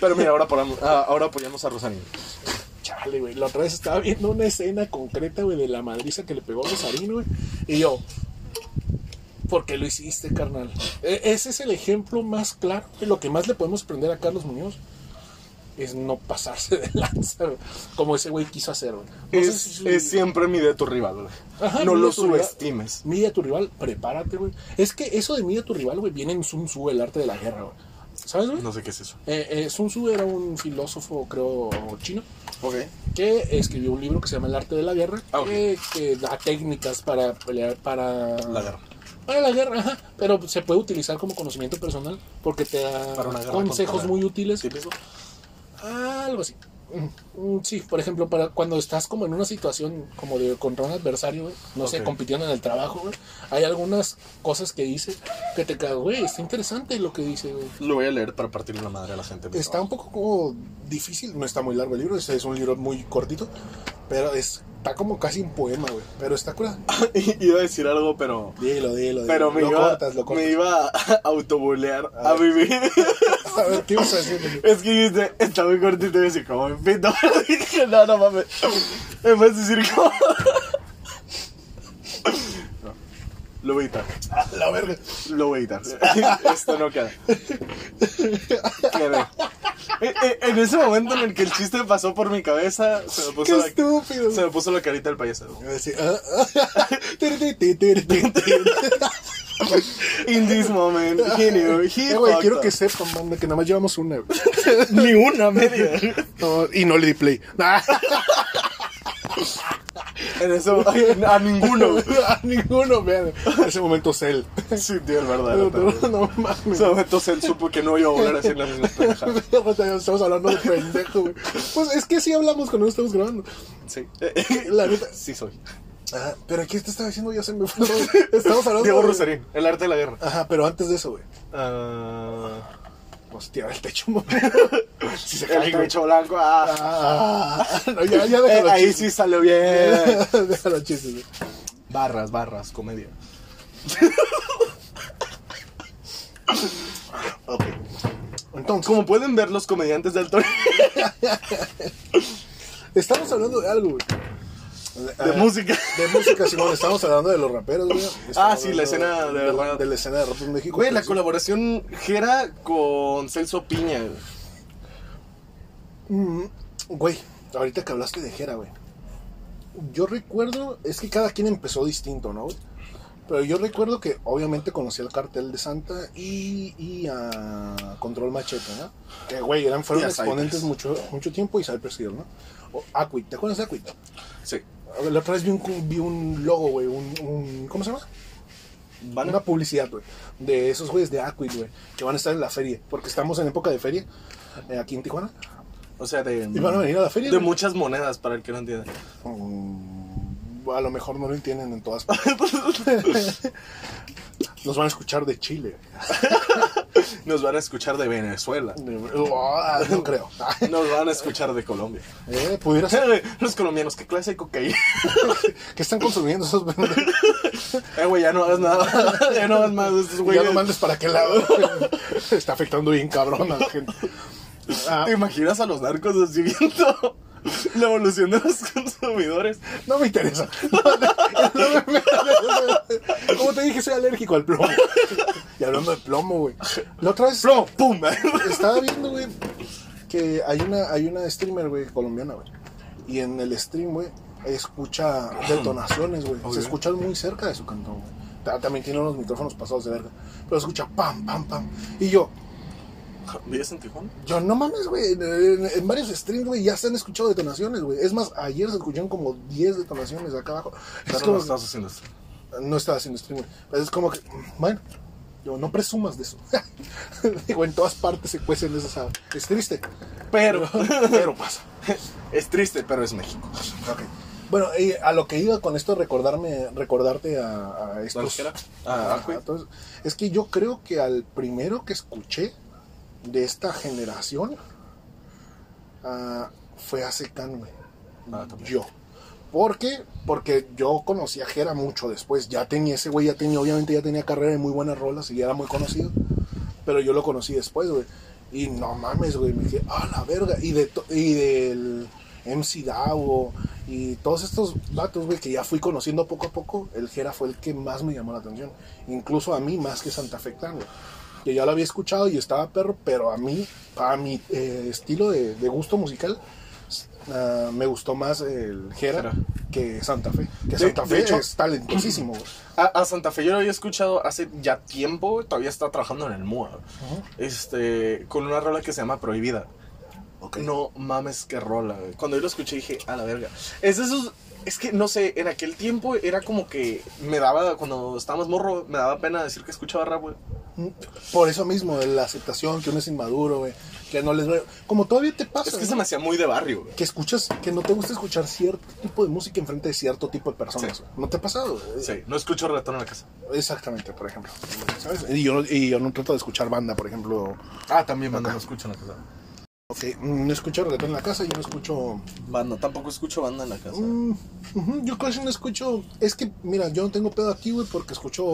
Pero mira, ahora, apoyamos- ah, ahora apoyamos a Rosarín.
Chale, güey. La otra vez estaba viendo una escena concreta, güey, de la madriza que le pegó a Rosarín, güey. Y yo, ¿por qué lo hiciste, carnal? E- ese es el ejemplo más claro. que Lo que más le podemos prender a Carlos Muñoz es no pasarse de lanza, güey, como ese güey quiso hacer, güey. No sé
Es,
si-
es siempre mi de tu rival, güey.
Ajá,
no
mide
lo
a tu rival.
subestimes.
Mide a tu rival, prepárate, güey. Es que eso de mide a tu rival, güey, viene en Sun Tzu, el arte de la guerra, güey. ¿Sabes, güey?
No sé qué es eso.
Eh, eh, Sun Tzu era un filósofo, creo, chino,
Ok.
que escribió un libro que se llama El arte de la guerra,
Ah, ok.
que- que, da técnicas para pelear, para...
La guerra.
Para la guerra, ajá. Pero se puede utilizar como conocimiento personal porque te da
Para una guerra
consejos
contra-
muy útiles.
¿Sí, eso?
Ah,
Ah, algo así. Mm, mm, Sí, por ejemplo, para cuando estás como en una situación como de contra un adversario, güey, no sé,
Ok.
compitiendo en el trabajo, güey, hay algunas cosas que dice que te cago, güey, está interesante lo que dice, güey.
Lo voy a leer para partirle la madre a la gente.
Está un poco como difícil, no está muy largo el libro, es, es un libro muy cortito, pero es- está como casi un poema, güey. Pero está curado.
Iba a decir algo, pero.
Dilo, dilo, dilo.
Pero me,
lo
iba,
cortas, lo cortas.
me iba a autobulear a, mi vida.
A ver, ¿qué ibas a decir? güey?
Es que dijiste, está muy cortito y decir, como en pito. Dije, no, no mames. En vez de decir, como. No. Lo voy a editar.
A la verga.
Lo voy a editar. Esto no queda. Quedé. E- e- En ese momento en el que el chiste pasó por mi cabeza, se me
Qué
puso, la,
estúpido.
se me puso la carita del payaso.
Iba a decir, ah, ah, tiri, tiri, tiri, tiri, tiri, tiri.
In this moment, he knew, he
Eh, güey, quiero
fucked
que
up.
sepan, manda, que nada más llevamos una, güey.
Ni una media.
No, y no le di play. Ah,
En ese momento, a ninguno.
A ninguno, vean. En ese momento es él.
Sí, tío, el
No,
verdadero.
no, no
En
mames.
ese momento él supo que no iba a volver a hacer las mismas pendejadas.
O sea, Estamos hablando de pendejo, güey. Pues es que sí hablamos cuando no estamos grabando.
Sí.
La neta.
Sí soy.
Ah, pero aquí te estaba diciendo, ya se me fue. Estamos hablando.
Diego
de-
Rosarín, el arte de la guerra.
Ajá, pero antes de eso, güey.
Ah,
Hostia, el techo, mamá. Si se cae,
el
güey.
pecho blanco. ah.
Ah, no, ya, ya
Eh,
déjalo
ahí
chistes.
sí salió bien.
déjalo chistes, güey.
Barras, barras, comedia.
Entonces,
Como pueden ver, los comediantes del Toreo
estamos hablando de algo, güey.
de
Ah,
música.
De música, Simón, estamos hablando de los raperos, güey. Estamos
Ah, sí,
hablando
la escena de rap.
la escena de rap en México.
Güey, la
Pues,
colaboración Jera con Celso Piña. güey.
mm, Güey, ahorita que hablaste de Jera, güey. Yo recuerdo, es que cada quien empezó distinto, ¿no? güey? Pero yo recuerdo que obviamente conocí al cartel de Santa y, y a Control Machete, ¿no? Que, güey, eran, fueron
Y a
exponentes
Cypress.
mucho, mucho tiempo y Cypress Hill, ¿no? O Acuit, ¿te acuerdas de Acuit?
Sí.
La otra vez vi un, vi un logo, güey, un- un... ¿Cómo se llama?
Van
Una publicidad, güey, de esos güeyes de Aquid, güey, que van a estar en la feria, porque estamos en época de feria eh, aquí en Tijuana.
O sea, de.
¿Y van a venir a la feria?
De
güey?
muchas monedas, para el que no entienda.
Mm, a lo mejor no lo entienden en todas partes. Nos van a escuchar de Chile.
Nos van a escuchar de Venezuela.
De- Ah, no creo.
Nos van a escuchar de Colombia.
Eh, Pudiera ser
Los colombianos, ¿qué clase de cocaína?
que están consumiendo esos pendejos.
Eh, güey, ya no hagas nada. ya no hagas más de estos
Ya
güeyes.
no mandes para qué lado. Está afectando bien cabrón a la gente. Ah,
¿Te imaginas a los narcos así viendo la evolución de los consumidores?
No me interesa. No, no, no me- no me- Como te dije, soy alérgico al plomo. Y hablando de plomo, güey. La otra vez
¡Plo! ¡Pum!
estaba viendo, güey, que hay una, hay una streamer, güey, colombiana, güey. Y en el stream, güey, escucha detonaciones, güey. Se escuchan muy cerca de su cantón, güey. Ta- También tiene unos micrófonos pasados de verga. Pero escucha pam, pam, pam. Y yo,
¿Vives en Tijuana?
yo, no mames, güey. En, en- en varios streams, güey, ya se han escuchado detonaciones, güey. Es más, ayer se escucharon como 10 detonaciones acá abajo. Es
Pero
como-
no estás haciendo esto.
no estaba haciendo stream, güey. Pues es como que, mm, bueno, yo, no presumas de eso. Digo, en todas partes se cuecen esas habas. Es triste,
Pero
pero pasa.
es triste, pero es México.
Ok. Bueno, y a lo que iba con esto, recordarme, recordarte a, a estos...
¿Cualquiera? Ah,
Ajá,
güey.
entonces, es que yo creo que al primero que escuché de esta generación ah, fue a Secan, güey.
Ah, también.
yo. ¿Por qué? Porque yo conocí a Jera mucho después. Ya tenía ese güey, ya tenía, obviamente ya tenía carrera y muy buenas rolas y ya era muy conocido. Pero yo lo conocí después, güey. Y no mames, güey. Me dije, ah, la verga. Y, de to- y del MC Davo y todos estos vatos, güey, que ya fui conociendo poco a poco. El Jera fue el que más me llamó la atención. Incluso a mí más que Santa Fe Clan, güey. Que ya lo había escuchado y estaba perro, pero a mí, a mi eh, estilo de, de gusto musical, ah, me gustó más el Jera,
Jera.
que Santa Fe. Que
De-
Santa Fe
de hecho-
es talentosísimo, güey.
A, a Santa Fe yo lo había escuchado hace ya tiempo, güey, todavía está trabajando en el MUA. Este, con una rola que se llama Prohibida.
Ok.
No mames, qué rola, güey. Cuando yo lo escuché dije, a la verga. Es de esos. Es que no sé, en aquel tiempo era como que me daba, cuando estábamos morro, me daba pena decir que escuchaba rap, güey.
Por eso mismo, de la aceptación, que uno es inmaduro, güey, que no les... Como todavía te pasa,
Es que
¿no?
se me hacía muy de barrio, güey.
que escuchas, que no te gusta escuchar cierto tipo de música enfrente de cierto tipo de personas.
Sí.
güey. ¿No te ha pasado? güey?
Sí, no escucho reggaetón en la casa.
Exactamente, por ejemplo. ¿Sabes? Y yo, y yo no trato de escuchar banda, por ejemplo.
Ah, también banda no escucho en la casa.
Ok, mm, no escucho reggaetón en la casa, yo no escucho...
Banda, tampoco escucho banda en la casa.
Mm, ujú, yo casi no escucho... Es que, mira, yo no tengo pedo aquí, güey, porque escucho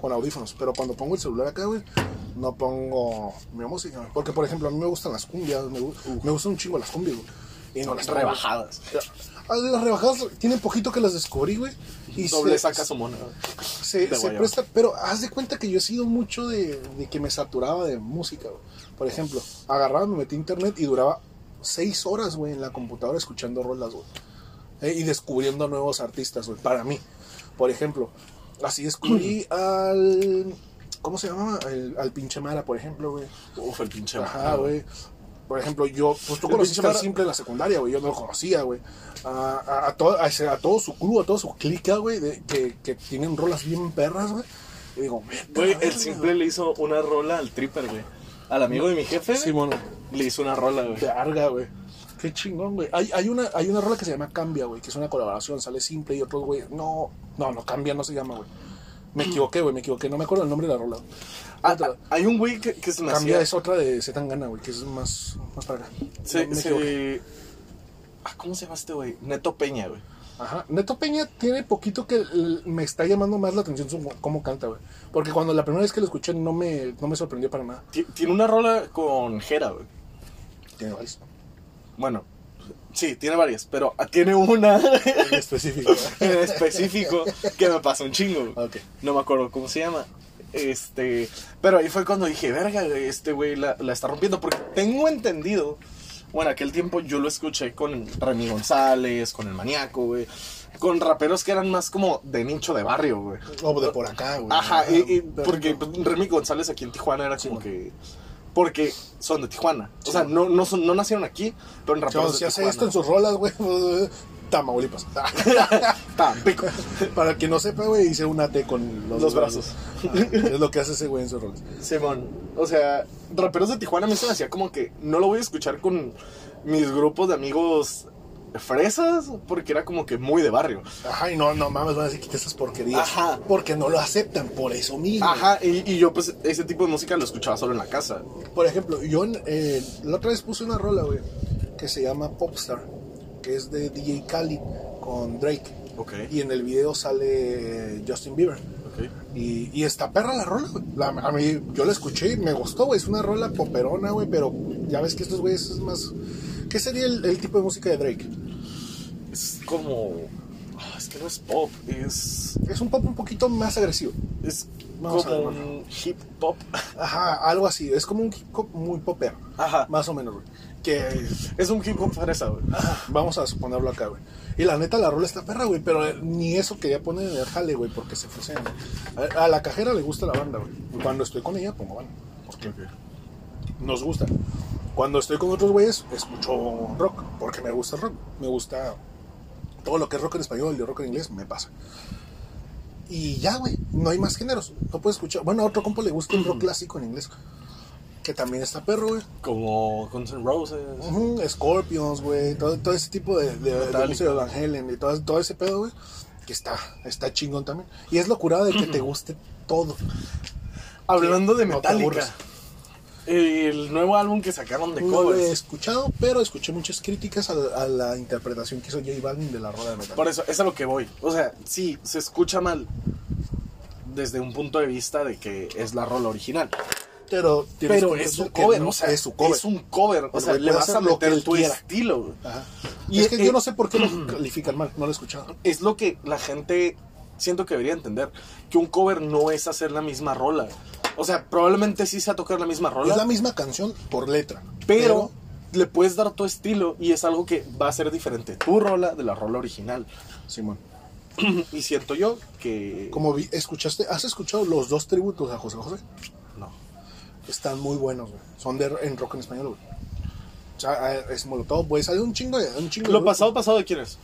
con audífonos. Pero cuando pongo el celular acá, güey, no pongo mi música. güey. Porque, por ejemplo, a mí me gustan las cumbias, me, gu- me gustan un chingo las cumbias, güey. Y no las trabajo.
rebajadas.
Ah, Las rebajadas tienen poquito que las descubrí, güey. Y
Doble
se-
saca su mona.
se,
De
se
guayaba.
presta, pero haz de cuenta que yo he sido mucho de, de que me saturaba de música, güey. Por ejemplo, agarraba, me metí a internet y duraba seis horas, güey, en la computadora escuchando rolas, güey. Eh, y descubriendo nuevos artistas, güey, para mí. Por ejemplo, así descubrí al... ¿Cómo se llamaba? El- al pinche Mara, por ejemplo, güey.
Uf, el pinche
Ajá, güey. Por ejemplo, yo, pues tú
El
conociste
pinche
al
Mara-
simple en la secundaria, güey. Yo no lo conocía, güey. A, a, a todo, a, ese- a todo su club, a todo su clica, güey, de- que, que tienen rolas bien perras, güey. Y digo, "Vete a
Güey,
la
el
verga,
simple le hizo una rola al tripper, güey. Al amigo de mi jefe
güey". Sí,
güey,
bueno,
le hizo una rola, güey.
verga, güey. Qué chingón, güey. Hay, hay, una, hay una rola que se llama Cambia, güey, que es una colaboración. Sale simple y otros, güey. No, no, no, Cambia no se llama, güey. Me equivoqué, güey, me equivoqué. No me acuerdo el nombre de la rola.
Ah,
Otra.
ah, hay un güey que, que se me
Cambia
hacía-
es otra de Zetangana, güey, que es más, más para acá.
Se,
Me
se-
equivoqué.
Ah, ¿Cómo se llama este güey? Neto Peña, güey.
Ajá. Neto Peña tiene poquito que l- me está llamando más la atención su, cómo canta, güey. Porque cuando la primera vez que lo escuché no me, no me sorprendió para nada.
Ti- Tiene una rola con Jera, güey.
Tiene varios.
Bueno, sí, tiene varias, pero ah, tiene una
En específico.
en específico que me pasó un chingo. güey.
ok.
No me acuerdo cómo se llama. Este, pero ahí fue cuando dije, verga, güey, este güey la, la está rompiendo. Porque tengo entendido, bueno, aquel tiempo yo lo escuché con Remy González, con El Maníaco, güey. Con raperos que eran más como de nicho de barrio, güey.
O de por acá, güey. Ah,
Ajá, y, y
Pero
porque
no.
pues, Remy González aquí en Tijuana era como
Sí.
que... Porque son de Tijuana. O sea, no, no, son, no nacieron aquí, pero en
Chavos,
raperos
si
de
hace esto en sus rolas, güey. Tamaulipas.
Tampico.
para quien no sepa, güey, hice un AT con los,
Los brazos.
Ajá, es lo que hace ese güey en sus rolas.
Simón, o sea, raperos de Tijuana a mí se me hacía como que no lo voy a escuchar con mis grupos de amigos fresas porque era como que muy de barrio.
Ajá, y no, no mames, van a decir quita esas porquerías.
Ajá.
Porque no lo aceptan por eso mismo.
Ajá, y, y yo pues ese tipo de música lo escuchaba solo en la casa.
Por ejemplo, yo en- eh, la otra vez puse una rola, güey, que se llama Popstar, que es de DJ Cali con Drake.
Ok,
Y en el video sale Justin Bieber.
ok.
Y, y está perra la rola, güey. La- a mí, yo la escuché y me gustó, güey. Es una rola poperona, güey, pero ya ves que estos güeyes es más. ¿Qué sería el, el tipo de música de Drake?
Es como... ah, Es que no es pop, es...
Es un pop un poquito más agresivo.
Es
Vamos a
como
ver,
un hip hop.
Ajá, algo así. Es como un hip hop muy popero.
Ajá.
Más o menos, güey. Que
Es un hip hop fresa, güey.
Vamos a suponerlo acá, güey. Y la neta, la rola está perra, güey. Pero eh, ni eso quería poner en el jale, güey, porque se fusean. A, a la cajera le gusta la banda, güey. Cuando estoy con ella, pongo banda. Porque nos gusta. Cuando estoy con otros güeyes, escucho rock. Porque me gusta el rock. Me gusta todo lo que es rock en español y rock en inglés, me pasa. Y ya, güey. No hay más géneros. No puedes escuchar. Bueno, a otro compo le gusta el rock clásico en inglés. Que también está perro, güey.
Como Guns N' Roses.
Ujú, Scorpions, güey, todo, todo ese tipo de, de, de
Metallica.
música de Van Halen y todo, todo ese pedo, güey, que está, está chingón también. Y es lo curado de que te guste todo.
Hablando de
No te
Metallica.
aburres.
El nuevo álbum que sacaron de
No lo he
covers.
escuchado, pero escuché muchas críticas a, a la interpretación que hizo J Balvin de la rueda de metal.
Por eso, es a lo que voy. O sea, sí, se escucha mal desde un punto de vista de que es la rola original.
Pero, tienes
Pero
que
es un
entender que
cover,
no
o sea,
es su cover.
es un cover. O
Pero
sea,
puede
le vas
hacer
a
lo que
meter
él
tu
quiera.
estilo. güey.
Ajá.
Y
es que
eh,
yo no sé por qué lo califican mal, no lo he escuchado.
Es lo que la gente siento que debería entender. Que un cover no es hacer la misma rola. O sea, probablemente sí sea tocar la misma rola.
Es la misma canción por letra.
Pero le puedes dar tu estilo y es algo que va a ser diferente tu rola de la rola original.
pero, Simón,
Y siento yo que.
como vi- escuchaste, ¿has escuchado los dos tributos a José José?
No.
Están muy buenos, güey. Son de, en rock en español, güey. O sea, eh, es molotov, güey. Sale un chingo de. Un chingo de
Lo
grupos.
pasado, pasado de quién es?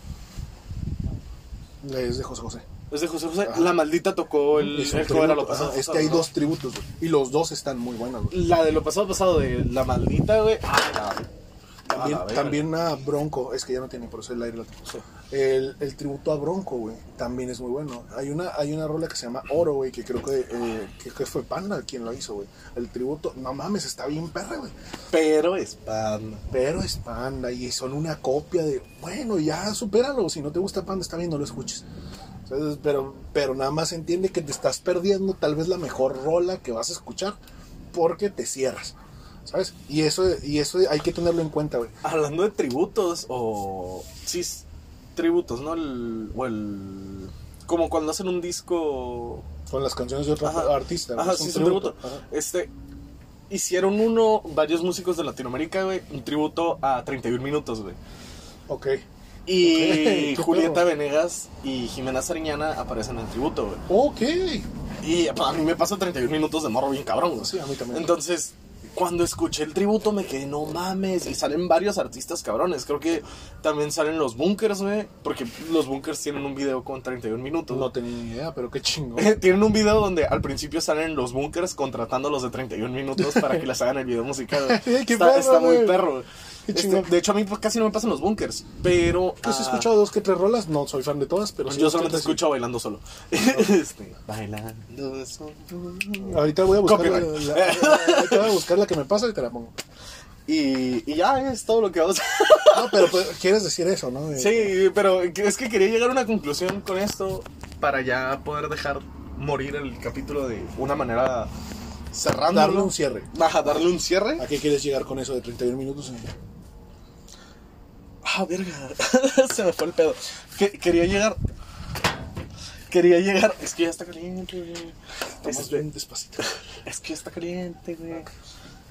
Es de José José.
Es de José José. La maldita tocó el,
Es un
el cover a
tributo,
lo pasado.
ajá, es
pasado,
que hay
¿no?
dos tributos, güey. Y los dos están muy buenos, güey.
La de lo pasado pasado de la maldita, güey. Ah, la-
También,
a la
también a Bronco, es que ya no tiene por eso el aire. la-
verga.
El, el tributo a Bronco, güey, también es muy bueno. Hay una, hay una rola que se llama Oro, güey, que creo que, eh, que, que fue Panda quien lo hizo, güey. El tributo, no mames, está bien perra, güey.
Pero es pan.
Pero es Panda y son una copia de, bueno, ya supéralo, si no te gusta Panda está bien, no lo escuches. Entonces, pero, pero nada más entiende que te estás perdiendo tal vez la mejor rola que vas a escuchar porque te cierras. ¿Sabes? Y eso, y eso hay que tenerlo en cuenta, güey.
Hablando de tributos o... Sí, s- tributos, ¿no? El, o el... Como cuando hacen un disco...
Con las canciones de otro
Ajá.
artista. güey,
Ajá, sí, es un tributo.
Ajá.
Este... Hicieron uno, varios músicos de Latinoamérica, güey, un tributo a 31 minutos, güey.
Ok.
Y
Ok, qué
Julieta
perro.
Venegas y Jimena Sariñana aparecen en el tributo, güey.
Ok.
Y a mí me pasa 31 minutos de morro bien cabrón, güey.
Sí, a mí también.
Entonces, cuando escuché el tributo me quedé, no mames, y salen varios artistas cabrones. Creo que también salen los bunkers, güey, porque los bunkers tienen un video con 31 minutos.
No tenía ni idea, pero qué chingo.
tienen un video donde al principio salen los bunkers contratando a los de 31 minutos para que les hagan el video musical. güey.
Qué
está,
perro,
está muy
güey.
perro. güey.
Qué
Este,
chingón.
de hecho, a mí pues, casi no me pasan los bunkers, pero...
Pues he
ah,
escuchado dos que tres rolas, no soy fan de todas, pero sí
yo
las
solamente
tres, sí.
escucho bailando solo. Este, bailando solo.
Ahorita voy a buscar la,
Copyright.
la- la- ahorita voy a buscar la que me pasa y te la pongo.
Y, y ya es todo lo que vamos a
No, pero pues, quieres decir eso, ¿no? De-
Sí, pero es que quería llegar a una conclusión con esto para ya poder dejar morir el capítulo de una manera cerrando.
Darle un cierre.
Ajá, darle un cierre.
¿A qué quieres llegar con eso de 31 minutos?
Ah, verga. Se me fue el pedo. Que- quería llegar. Quería llegar. Es que ya está caliente, güey.
Tomas
Este,
bien despacito.
Es que ya está caliente, güey.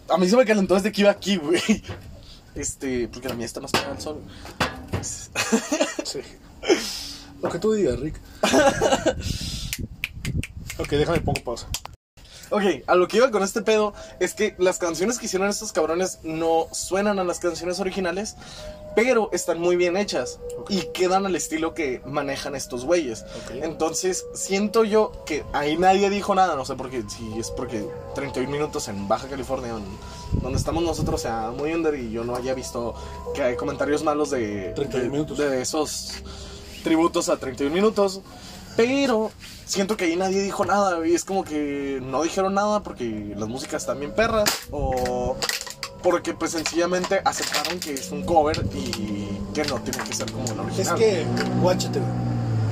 A mí se me calentó desde que iba aquí, güey. Este, porque la mía está más pegada al sol.
Sí. Lo que tú digas, Rick. ok, déjame pongo pausa.
Ok, a lo que iba con este pedo es que las canciones que hicieron estos cabrones no suenan a las canciones originales, pero están muy bien hechas
Ok.
y quedan al estilo que manejan estos güeyes.
Ok.
Entonces, siento yo que ahí nadie dijo nada, no sé por qué, si es porque 31 minutos en Baja California, en- donde estamos nosotros, sea muy under y yo no haya visto que hay comentarios malos de,
31
de-
minutos.
de esos tributos a 31 minutos. Pero siento que ahí nadie dijo nada, y es como que no dijeron nada porque las músicas están bien perras o porque pues sencillamente aceptaron que es un cover y que no tiene que ser como la
Es
original.
que, guáchate, güey.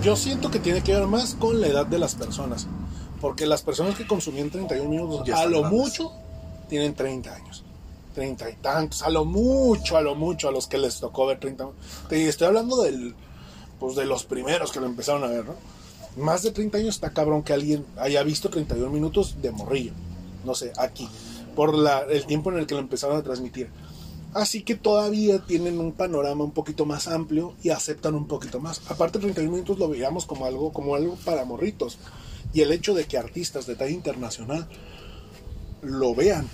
yo siento que tiene que ver más con la edad de las personas. Porque las personas que consumían 31 minutos,
Ya
a
están
lo
grandes.
mucho, tienen 30 años. 30 y tantos, a lo mucho, a lo mucho, a los que les tocó ver 30. Te estoy hablando del, pues, de los primeros que lo empezaron a ver, ¿no? Más de 30 años está cabrón que alguien haya visto 31 minutos de morrillo. No sé, aquí. Por la, el tiempo en el que lo empezaron a transmitir. Así que todavía tienen un panorama un poquito más amplio y aceptan un poquito más. Aparte, 31 minutos lo veíamos como algo, como algo para morritos. Y el hecho de que artistas de talla internacional lo vean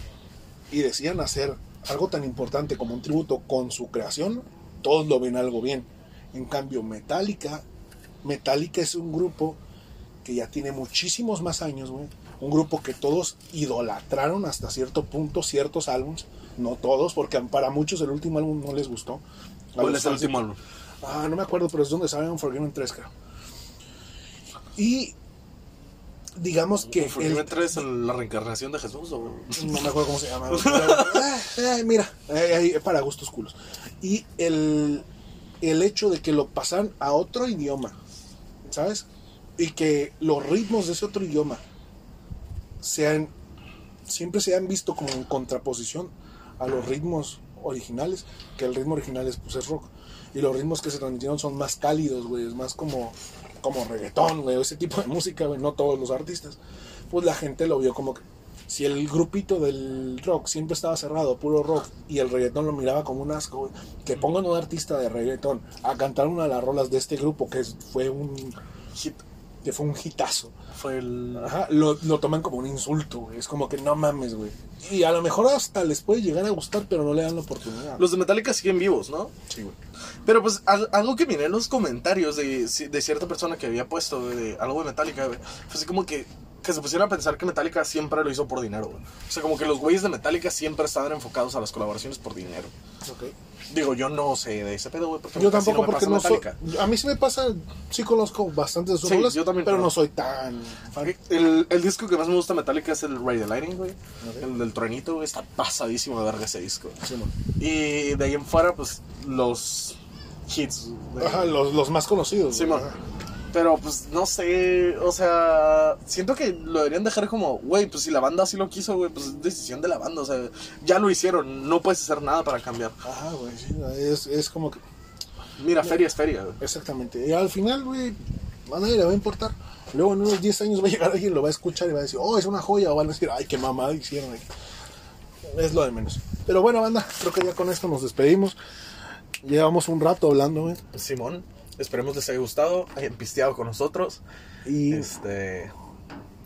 y decían hacer algo tan importante como un tributo con su creación, todos lo ven algo bien. En cambio, Metallica, Metallica es un grupo que ya tiene muchísimos más años, güey. Un grupo que todos idolatraron hasta cierto punto ciertos álbums, no todos, porque para muchos el último álbum no les gustó. A
¿Cuál
los
es el
fans de-
último álbum?
Ah, no me acuerdo, pero es donde sale Unforgiven 3, creo. Y digamos que
¿Unforgiven tres, el- la reencarnación de Jesús o...?
no me acuerdo cómo se llama. güey, pero, ah, ah, mira, eh, eh, para gustos culos. Y el, el hecho de que lo pasan a otro idioma, ¿sabes? Y que los ritmos de ese otro idioma sean, siempre se han visto como en contraposición a los ritmos originales, que el ritmo original es, pues, es rock. Y los ritmos que se transmitieron son más cálidos, güey, es más como, como reggaetón, güey, ese tipo de música, güey, no todos los artistas. Pues la gente lo vio como que si el grupito del rock siempre estaba cerrado, puro rock, y el reggaetón lo miraba como un asco, güey, que pongan un artista de reggaetón a cantar una de las rolas de este grupo que es- fue un
Hit.
que fue un hitazo.
Fue el.
Ajá, lo, lo toman como un insulto, güey. Es como que no mames, güey. Y a lo mejor hasta les puede llegar a gustar, pero no le dan la oportunidad.
Los de Metallica siguen vivos, ¿no?
Sí, güey.
Pero pues al- algo que miré en los comentarios de, de cierta persona que había puesto güey, de algo de Metallica, güey, fue así como que, que se pusieron a pensar que Metallica siempre lo hizo por dinero, güey. O sea, como que los güeyes de Metallica siempre estaban enfocados a las colaboraciones por dinero.
Ok.
Digo, yo no sé de ese pedo, güey, porque
Yo
casi
tampoco
me
porque
pasa
no soy,
Metallica.
A mí sí me pasa, sí conozco bastante de sus
Sí,
rolas,
yo también,
pero
pero-
no soy tan fan.
Eh, El, el disco que más me gusta de Metallica es el Ray the Lightning, güey. El del truenito, güey. Está pasadísimo de verga ese disco.
Sí, man.
Y de ahí en fuera, pues, los hits. de-
Ajá, los, los más conocidos.
Sí,
güey.
man. Pero pues no sé, o sea, siento que lo deberían dejar como, güey, pues si la banda así lo quiso, güey, pues es decisión de la banda, o sea, ya lo hicieron, no puedes hacer nada para cambiar.
Ajá, güey. sí, es, es como que.
Mira, feria es feria, güey.
Exactamente. Y al final, güey, a nadie le va a importar. Luego en unos 10 años va a llegar alguien, lo va a escuchar y va a decir, oh, es una joya. O van a decir, ay, qué mamada hicieron. ahí". Es lo de menos. Pero bueno, banda, creo que ya con esto nos despedimos. Llevamos un rato hablando, güey.
Simón, esperemos les haya gustado, hayan pisteado con nosotros.
Y,
Este,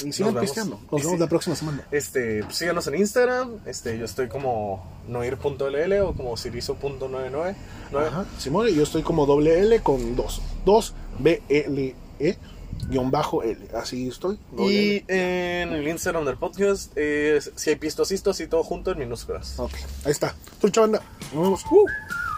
y sigan
nos vemos.
pisteando. Nos
Y
vemos
sí.
la próxima semana.
este, pues, síganos en Instagram, este, yo estoy como noir.ll o como sirizo.99.
Ajá. Simón, y yo estoy como doble L con dos. Dos B L E guión bajo L. Así estoy. doble L.
Y en el Instagram del podcast, eh, es si hay pistos, así todo junto en minúsculas.
Ok, ahí está. Mucha banda. Nos vemos. Uh.